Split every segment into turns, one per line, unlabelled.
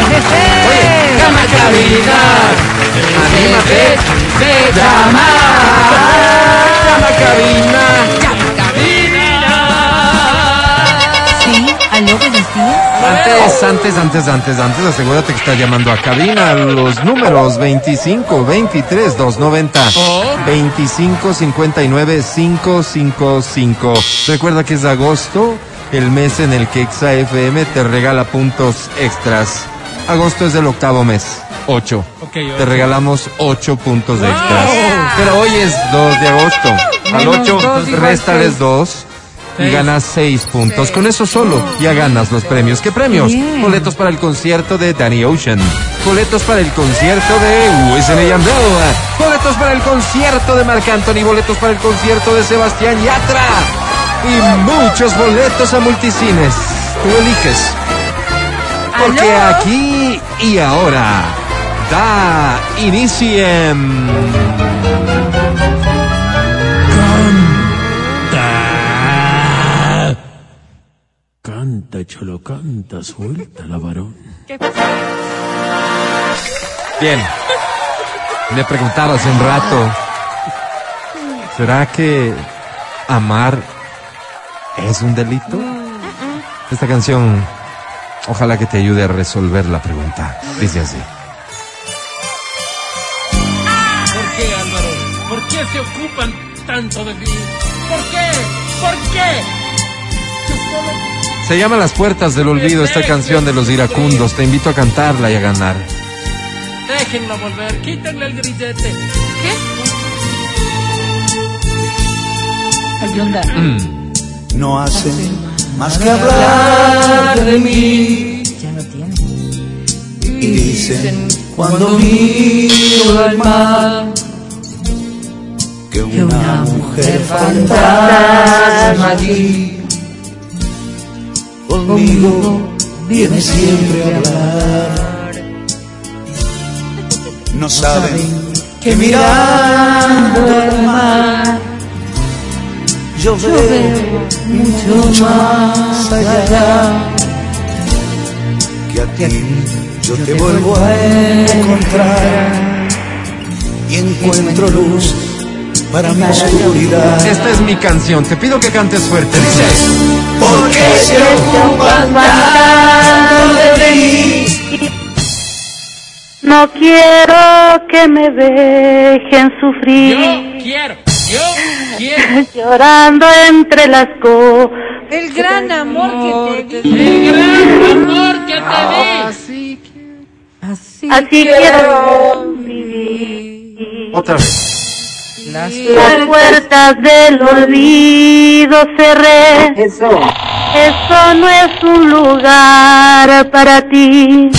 Oye, llama a cabina, anímate, te llama. Llama a cabina, llama a cabina.
Sí, aló, buenos días.
Antes, antes, antes, antes, antes, asegúrate que estás llamando a cabina. Los números 25, 23, 290,
Oh.
25, 59, 555. Recuerda que es agosto, el mes en el que Exa FM te regala puntos extras. Agosto es el octavo mes, 8.
Ok,
Te
ocho.
regalamos 8 puntos extras. Pero hoy es 2 de agosto. Al
Menos
8,
dos igual
réstales
seis.
2 y
Seis.
ganas 6 puntos. Con eso solo ya ganas los premios. ¿Qué premios?
Bien.
Boletos para el concierto de Danny Ocean. Boletos para el concierto de Wisin y Yandel. Boletos para el concierto de Marc Anthony. Boletos para el concierto de Sebastián Yatra. Y muchos boletos a multicines. Tú eliges. Porque
¿Aló?
aquí y ahora da inicien.
Canta, cholo, canta, suelta la varón.
Bien. Le preguntaba hace un rato. ¿Será que amar es un delito? Esta canción, ojalá que te ayude a resolver la pregunta. Dice así.
¿Por qué, Álvaro? ¿Por qué se ocupan tanto de mí? ¿Por qué? ¿Por qué?
Se llama Las Puertas del Olvido, esta canción de los iracundos. Te invito a cantarla y a ganar.
Déjenlo volver, quítenle el grillete. Mm.
Ay, ¿qué onda?
No hacen más que hablar de mí.
Ya lo tiene.
Y dicen cuando miro al mar que una mujer fantasma aquí conmigo viene siempre a hablar. No saben que mirando al mar yo veo mucho más allá que a ti yo te vuelvo a encontrar y encuentro luz para mi oscuridad.
Esta es mi canción. Te pido que cantes fuerte. Dice.
Porque se ocupan tanto de mí.
No quiero que me dejen sufrir
Yo quiero, yo quiero.
llorando entre las cosas.
El gran amor que te di.
El gran amor que te di.
Así
Así quiero vivir.
Otra vez.
las
Las puertas del olvido cerré. Eso. Eso no es un lugar para ti.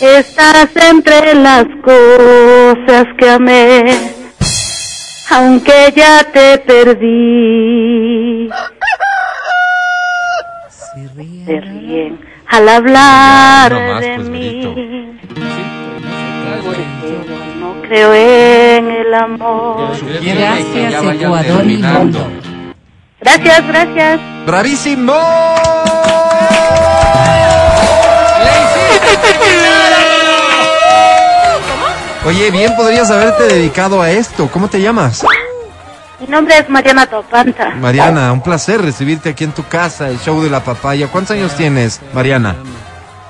Estás entre las cosas que amé, aunque ya te perdí.
se ríen.
Se ríen al hablar
No más,
de
pues,
mí.
Benito.
No creo en el amor.
Gracias,
Ya vayan
Ecuador y
terminando.
mundo.
Gracias, gracias.
¡Bravísimo! Oye, bien, podrías haberte dedicado a esto. ¿Cómo te llamas?
Mi nombre es Mariana Topanta.
Mariana, un placer recibirte aquí en tu casa, el show de la papaya. ¿Cuántos años tienes, Mariana?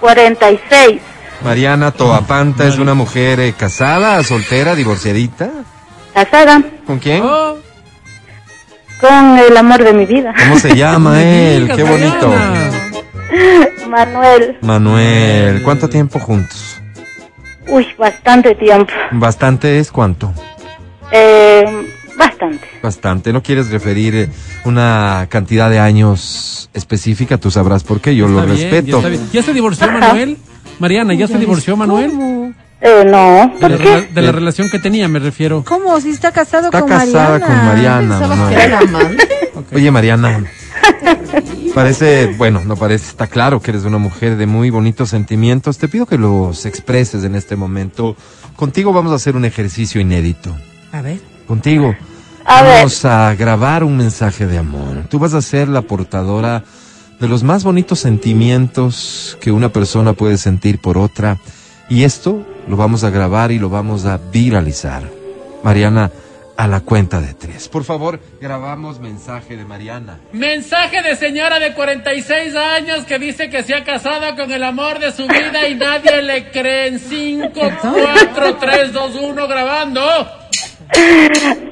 46.
Mariana Toapanta es una mujer eh, casada, soltera, divorciadita.
Casada
¿Con quién?
Oh.
con el amor de mi vida.
¿Cómo se llama él? Qué
Mariana.
bonito.
Manuel.
Manuel, ¿cuánto tiempo juntos?
Uy, bastante tiempo.
¿Bastante es cuánto?
Eh, bastante.
Bastante. ¿No quieres referir eh, una cantidad de años específica? Tú sabrás por qué. Yo lo
Está bien, ya
respeto.
está bien. ¿Ya se divorció Manuel? Mariana, ¿ya se divorció Manuel?
Eh,
De la,
no. ¿Por
rela-
qué?
de la relación que tenía, me refiero.
¿Cómo? Si está casado
Está
con
casada
Mariana.
con Mariana,
Pensabas
no.
que era el amante.
Oye, Mariana. Parece, bueno, no parece, está claro que eres una mujer de muy bonitos sentimientos. Te pido que los expreses en este momento. Contigo vamos a hacer un ejercicio inédito.
A ver.
Contigo.
A ver.
vamos a grabar un mensaje de amor. Tú vas a ser la portadora de los más bonitos sentimientos que una persona puede sentir por otra. Y esto lo vamos a grabar y lo vamos a viralizar. Mariana, a la cuenta de tres. Por favor, grabamos mensaje de Mariana.
Mensaje de señora de 46 años que dice que se ha casado con el amor de su vida y nadie le cree en 5, 4, 3, 2, 1 grabando.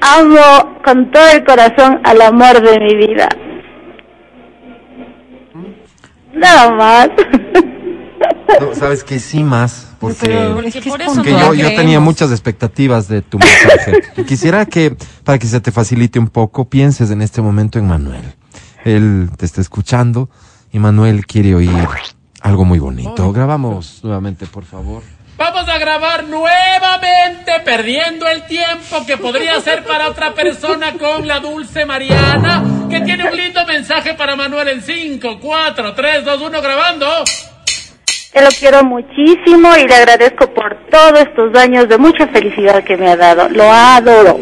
Amo con todo el corazón al amor de mi vida. Nada más.
No, ¿Sabes qué? Sí más,
Pero
porque,
es que es
por eso
porque
cuando
yo, yo
hablemos.
tenía muchas expectativas de tu mensaje. Y Quisiera que, para que se te facilite un poco, pienses en este momento en Manuel. Él te está escuchando y Manuel quiere oír algo muy bonito. Grabamos Oh. nuevamente, por favor.
Vamos a grabar nuevamente perdiendo el tiempo que podría ser para otra persona con la dulce Mariana que tiene un lindo mensaje para Manuel en 5, 4, 3, 2, 1 grabando.
Te lo quiero muchísimo y le agradezco por todos estos años de mucha felicidad que me ha dado. Lo adoro.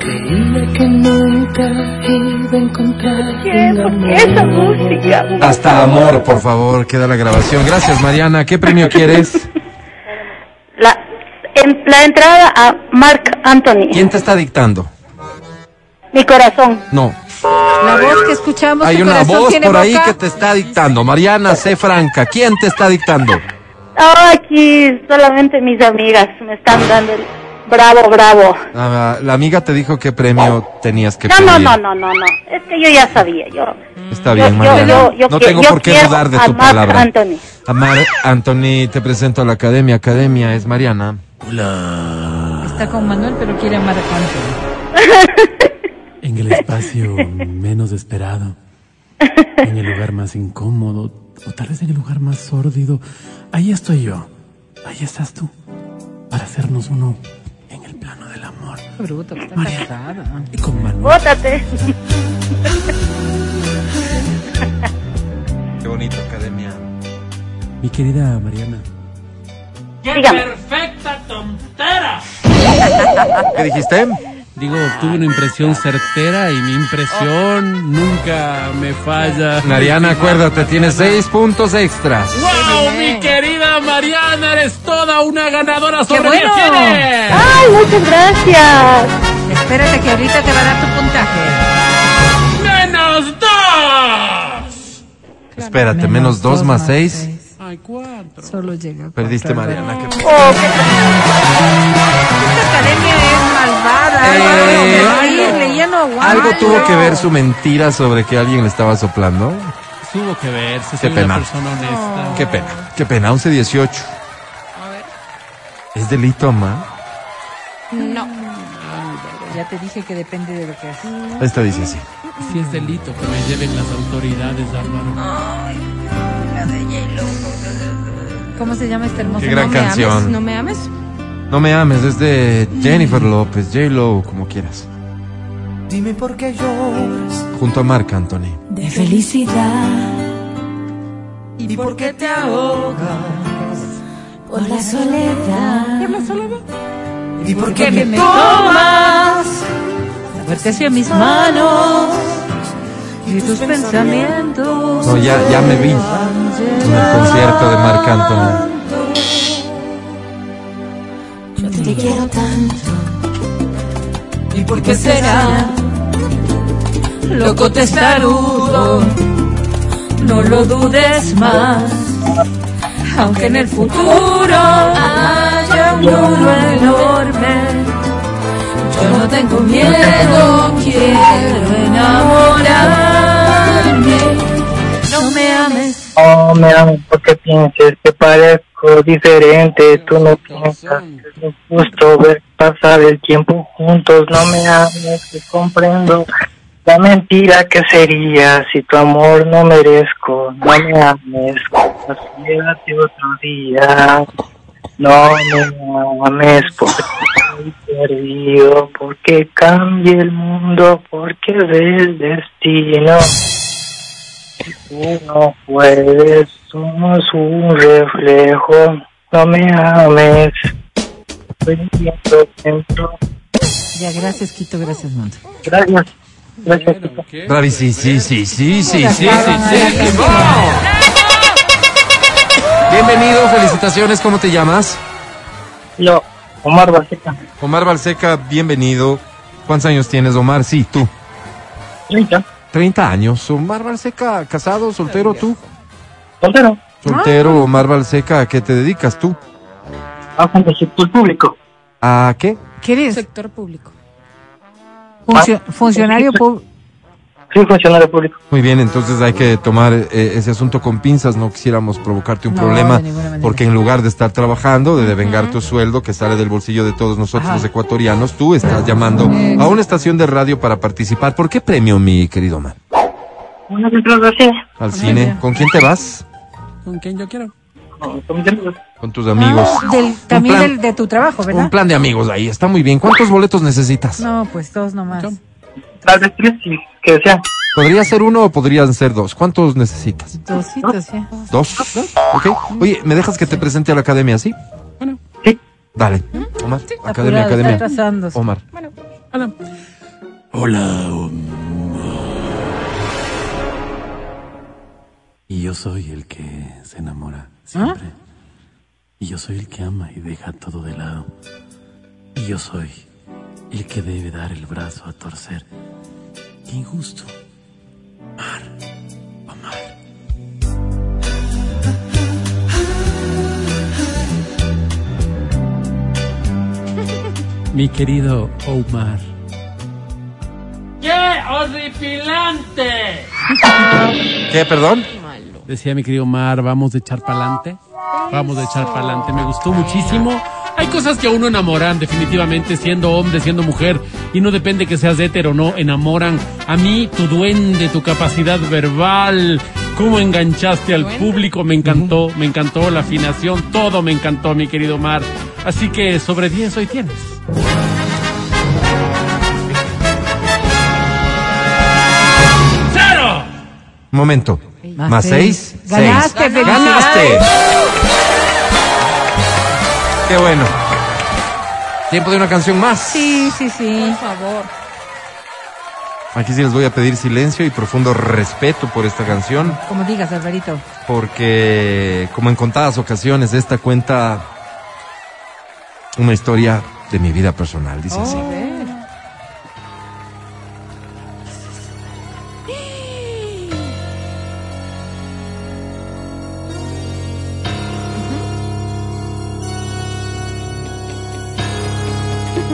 Creía que nunca iba a encontrar
¿Qué?
un
¿Por qué
amor.
esa música?
Hasta amor, por favor, queda la grabación. Gracias, Mariana. ¿Qué premio quieres?
La, en, la entrada a Mark Anthony.
¿Quién te está dictando?
Mi corazón.
No,
La voz que escuchamos,
hay
tu
una
corazón
voz
tiene
por ahí
boca.
que te está dictando. Mariana, sé franca. ¿Quién te está dictando?
Ah, aquí solamente mis amigas me están dando el bravo, bravo.
Ah, la amiga te dijo qué premio tenías que
No,
pedir.
no, no, no, no, no. Es que yo ya sabía, yo.
Está
Yo-
bien,
yo-
Mariana.
yo- yo
no
qui-
tengo
yo
por qué
quiero
dudar de
a
tu
Marc
palabra.
Anthony.
Amar Anthony, te presento a la academia. Academia es Mariana.
Hola.
Está con Manuel, pero quiere amar a Anthony.
En el espacio menos esperado, en el lugar más incómodo, o tal vez en el lugar más sórdido, ahí estoy yo, ahí estás tú, para hacernos uno en el plano del amor.
Bruto, está casada.
Y con Manuel.
Bótate.
Qué bonito, academia.
Mi querida Mariana,
¡Qué
Dígame.
perfecta tontera!
¿Qué dijiste?
digo, tuve una impresión certera y mi impresión nunca me falla.
Mariana, acuérdate, tienes seis puntos extras.
¡Wow,
bien.
mi querida Mariana! ¡Eres toda una ganadora sobre 10
bueno!
tienes!
Ay, muchas gracias.
Espérate que ahorita te va a dar tu puntaje.
¡Menos dos!
Espérate, menos dos más seis.
¡Ay, cuatro!
Solo llega. a
Perdiste,
cuatro,
Mariana. qué p-
Oh, qué-
Esta academia es malvada.
Eh,
es horrible, ya no aguanta.
Algo tuvo que ver su mentira sobre que alguien le estaba soplando.
Tuvo que verse,
Qué
soy una
pena.
persona honesta.
Qué pena. Qué pena, 11-18. ¿Es delito, ma?
Ya te dije que depende de lo que haces.
Esta dice así.
Si es delito que me lleven las autoridades, Álvaro.
¿Cómo se llama este hermoso
Qué gran
nombre?
canción.
¿No me ames?
No me ames, es de Jennifer López, J-Lo, como quieras.
Dime por qué lloras
Junto a Marc Anthony.
De felicidad
y por qué te ahogas
por la soledad.
y por qué
Que
me
me
tomas
Fuerte hacia mis manos y tus pensamientos.
No, ya, ya me vi en el concierto de Marc Anthony.
Yo te quiero tanto.
y por qué será loco testarudo
No lo dudes más. Aunque en el futuro haya un muro enorme. Yo no tengo miedo, quiero enamorarme. No me ames.
No Oh, me ames porque pienses que parezco diferente. Tú no piensas que es injusto ver pasar el tiempo juntos. No me ames, que comprendo la mentira que sería si tu amor no merezco. No me ames, quédate otro día. No me ames porque muy perdido, porque cambie el mundo, porque es el destino. Uno puede, somos un reflejo, no me ames, estoy viviendo dentro.
Ya, gracias, Quito, gracias, Monte.
Gracias, gracias. Tito.
Bravi, sí, sí, sí, sí, sí, sí, sí, sí. Bienvenido, felicitaciones, ¿cómo te llamas?
Yo, Omar Baseca,
Omar Balseca, bienvenido. ¿Cuántos años tienes, Omar? Sí, tú.
30,
30 años. Omar Balseca, casado, soltero, tú.
soltero,
Soltero, Omar Balseca, ¿a qué te dedicas tú?
bajo en el sector público.
¿A qué?
Oh. ¿Qué eres?
Sector público.
Funcio- funcionario público.
Soy funcionario público.
Muy bien, entonces hay que tomar eh, ese asunto con pinzas. No quisiéramos provocarte un
No,
problema,
de ninguna manera.
porque en lugar de estar trabajando, de devengar tu sueldo que sale del bolsillo de todos nosotros los ecuatorianos, tú estás llamando a una estación de radio para participar. ¿Por qué premio, mi querido Omar?
Una central de cine.
Al cine. ¿Con quién te vas?
¿Con quién yo quiero?
Con- con mis amigos.
Con tus amigos.
Ah, Del, también
plan.
del, de tu trabajo,
Un
¿verdad?
plan de amigos ahí, está muy bien. ¿Cuántos boletos necesitas?
No, pues dos nomás.
Son-
Tal vez tres, sí, que sea.
¿Podría ser uno o podrían ser dos? ¿Cuántos necesitas?
Dositos, ya.
¿Dos? Ok. Oye, ¿me dejas que te presente a la academia, sí?
Bueno.
Sí.
Dale. Omar, academia, Oh,
Está apurado,
academia.
Está atrasándose.
Omar.
Hola. Hola. um, Y yo soy el que se enamora siempre. Y yo soy el que ama y deja todo de lado. Y yo soy el que debe dar el brazo a torcer. Qué injusto. Amar. Amar. Mi querido Omar.
¡Qué horripilante!
¿Qué, perdón?
Decía mi querido Omar, vamos de echar pa'lante. Vamos de echar pa'lante. Me gustó muchísimo. Hay cosas que a uno enamoran, definitivamente, siendo hombre, siendo mujer. Y no depende que seas hétero o no, enamoran. A mí, tu duende, tu capacidad verbal, cómo enganchaste al público, me encantó. Me encantó la afinación, todo me encantó, mi querido Omar. Así que sobre 10 hoy tienes.
¡Cero!
Momento.
Más
Más
seis.
seis.
Ganaste,
seis.
felicidades.
Ganaste. Qué bueno. Tiempo de una canción más.
Sí, sí, sí.
Por favor.
Aquí sí les voy a pedir silencio y profundo respeto por esta canción.
Como digas, Alvarito.
porque como en contadas ocasiones esta cuenta una historia de mi vida personal, dice así.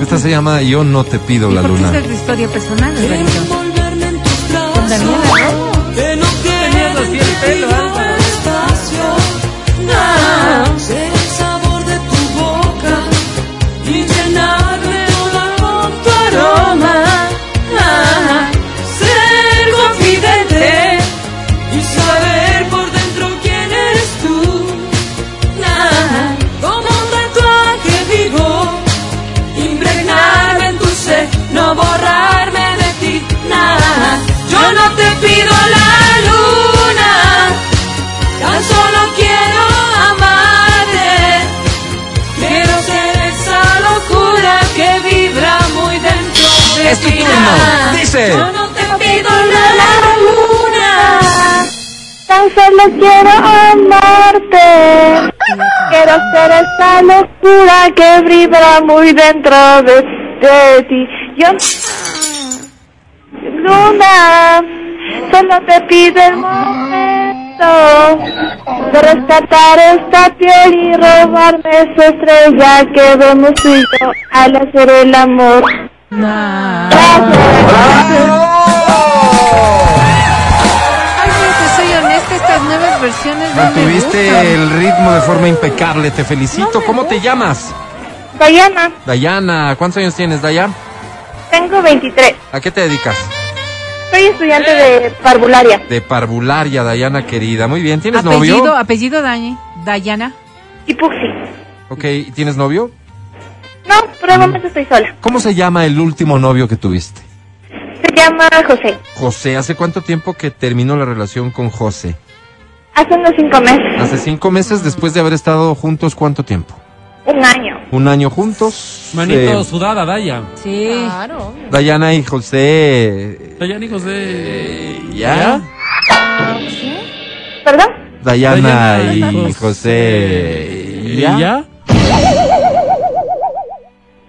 Esta se llama Yo no te pido
¿Y
la
por qué esa
luna.
es tu historia personal, Alvarito?
Envolverme en tus
Con Daniela,
brazos.
¿no?
De no
Tenías así el pelo, Álvaro.
despacio. Nada. El sabor de tu boca. Y llenarme ahora con tu aroma. Ah, Ser confidente. Y saber por dentro quién eres tú. Nada. Como un tatuaje vivo. Impregnarme en tu ser, no borrarme de ti, nada. Yo no te pido la luna, tan solo quiero amarte. Quiero ser esa locura que vibra muy dentro de
Es tu
ti.
turno,
nada.
dice.
Yo no te pido la luna.
Tan solo quiero amarte. Quiero ser esa locura que vibra muy dentro de, de ti. Yo. Luna, solo te pido el momento de rescatar esta piel y robarme esa estrella que vemos tú y yo al hacer el amor. Gracias.
Ay, pero te soy honesta, estas nuevas versiones no me gustan.
Mantuviste el ritmo de forma impecable, te felicito. ¿Cómo te llamas?
Dayana,
Dayana, ¿cuántos años tienes, Dayana?
tengo 23.
¿A qué te dedicas?
Soy estudiante de parvularia.
De parvularia, Dayana querida. Muy bien, ¿tienes
apellido,
novio?
apellido Dani, Dayana.
Y Puxi.
Ok, ¿y ¿tienes novio?
No, Por el momento estoy sola.
¿Cómo se llama el último novio que tuviste?
Se llama José.
José, ¿hace cuánto tiempo que terminó la relación con José?
Hace unos cinco meses.
Hace cinco meses, después de haber estado juntos, ¿cuánto tiempo?
Un año.
Un año juntos.
Manito
Eh,
sudada, Daya.
Sí. Claro.
Dayana y José.
Daya, hijos de...
eh, ¿Ya?
¿Perdón?
Dayana,
Dayana
y
y
José.
¿Ya? ¿Ya?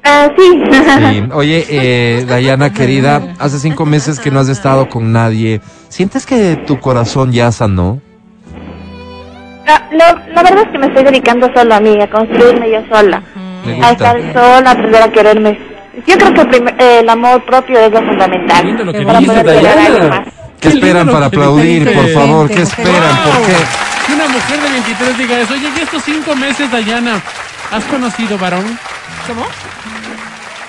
Ah, sí.
Sí. Oye, eh, Dayana querida, hace cinco meses que no has estado con nadie. ¿Sientes que tu corazón ya sanó?
Ah, lo- la verdad es que me estoy dedicando solo a mí, a construirme yo sola.
Me
A
gusta.
estar sola, a aprender a quererme. Yo creo que el, primer- eh, el amor propio es lo fundamental.
Lindo lo que
para
dices,
poder querer a alguien
Dayana.
más.
¿Qué esperan
lindo lo
para
que te
aplaudir,
dije.
por favor? ¿Qué
Gente,
esperan?
Wow.
¿Por qué?
Que una mujer de 23 diga eso. Oye, en estos cinco meses, Dayana, ¿has conocido varón?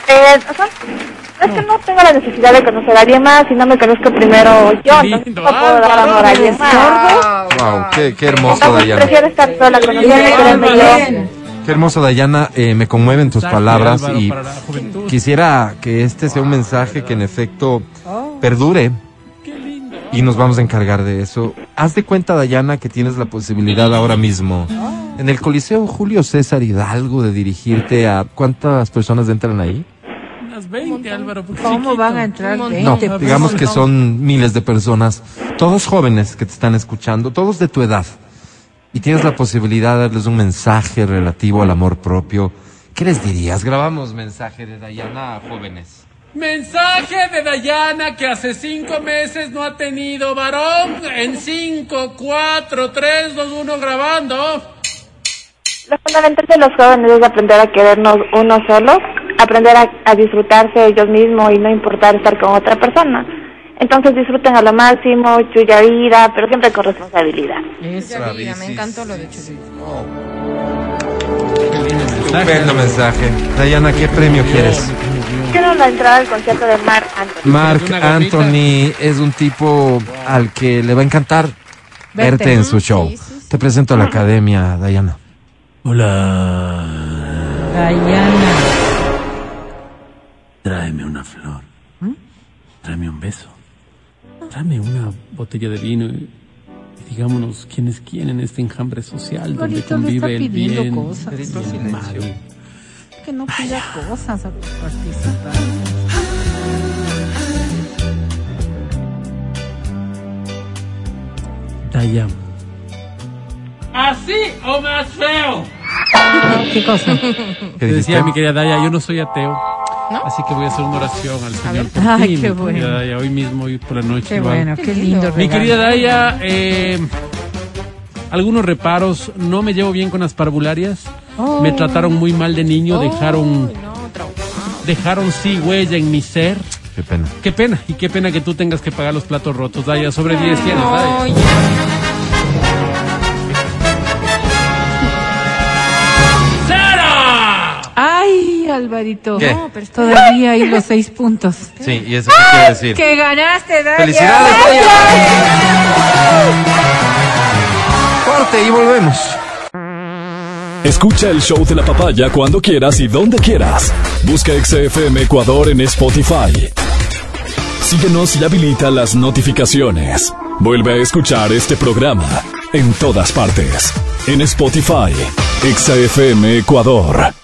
Eh, o sea, es que no tengo la necesidad de conocer a alguien más si no me conozco primero yo. Entonces
Lindo,
no puedo dar amor a alguien más.
Wow, qué, qué hermoso,
Entonces
Dayana.
prefiero estar sola, conocerme,
Lindo,
quererme yo.
Bien.
Qué hermoso, Dayana. eh, me conmueven tus
Mensaje,
palabras
Álvaro,
y
para la juventud.
quisiera que este sea un mensaje que en efecto
Oh.
perdure. Y nos vamos a encargar de eso. Haz de cuenta, Dayana, que tienes la posibilidad ahora mismo en el Coliseo Julio César Hidalgo de dirigirte a cuántas personas entran ahí.
Unas 20, Álvaro. porque
¿Cómo
chiquito.
van a entrar?
pues, No,
20?
digamos que son miles de personas, todos jóvenes que te están escuchando, todos de tu edad. Y tienes la posibilidad de darles un mensaje relativo al amor propio. ¿Qué les dirías? Grabamos mensaje de Dayana a jóvenes.
Mensaje de Dayana que hace cinco meses no ha tenido varón. En cinco, cuatro, tres, dos, uno, grabando.
Lo fundamental de los jóvenes es aprender a querernos uno solo, aprender a, a disfrutarse ellos mismos y no importar estar con otra persona. Entonces disfruten a lo máximo, chulla vida, pero siempre con responsabilidad.
me encantó lo de Chulita.
Estupendo mensaje. Dayana, ¿qué premio quieres?
Quiero la entrada al concierto de Mar Anthony.
Mark Anthony es un tipo al que le va a encantar verte en su show. Te presento a la academia, Dayana.
Hola.
Dayana.
Tráeme una flor.
¿Mm?
Tráeme un beso.
Ah.
Tráeme una botella de vino. Y y digámonos quién es quién en este enjambre social donde
Alvarito le está
convive el
pidiendo
bien
cosas.
y
Alvarito,
el
silencio.
mal.
Que no pida cosas a participar.
Daya,
¿Así o más feo?
¿Qué cosa?
¿Qué
te decía
dijiste?
mi querida Daya, yo no soy ateo. Así que voy a hacer una oración al Señor. por ti,
Ay, Ah, qué
mi querida
bueno.
Daya, hoy mismo, hoy por la noche.
Qué
lo hago.
bueno, qué lindo.
Mi
regalo.
querida Daya, eh, algunos reparos. No me llevo bien con las parvularias.
Oh.
Me trataron muy mal de niño. Dejaron,
Uy, no, traumado.
dejaron sí huella en mi ser.
Qué pena.
Qué pena, y qué pena que tú tengas que pagar los platos rotos, Daya. Sobre 10 tienes, Daya.
Ay, Ay, Alvarito.
¿Qué?
No, pero todavía hay los seis puntos.
Sí, ¿y eso ¡Ah! qué quiere decir?
Que ganaste, Daya.
¡Felicidades, Daya! Corte y volvemos.
Escucha el show de la papaya cuando quieras y donde quieras. Busca XFM Ecuador en Spotify. Síguenos y habilita las notificaciones. Vuelve a escuchar este programa en todas partes. En Spotify, XFM Ecuador.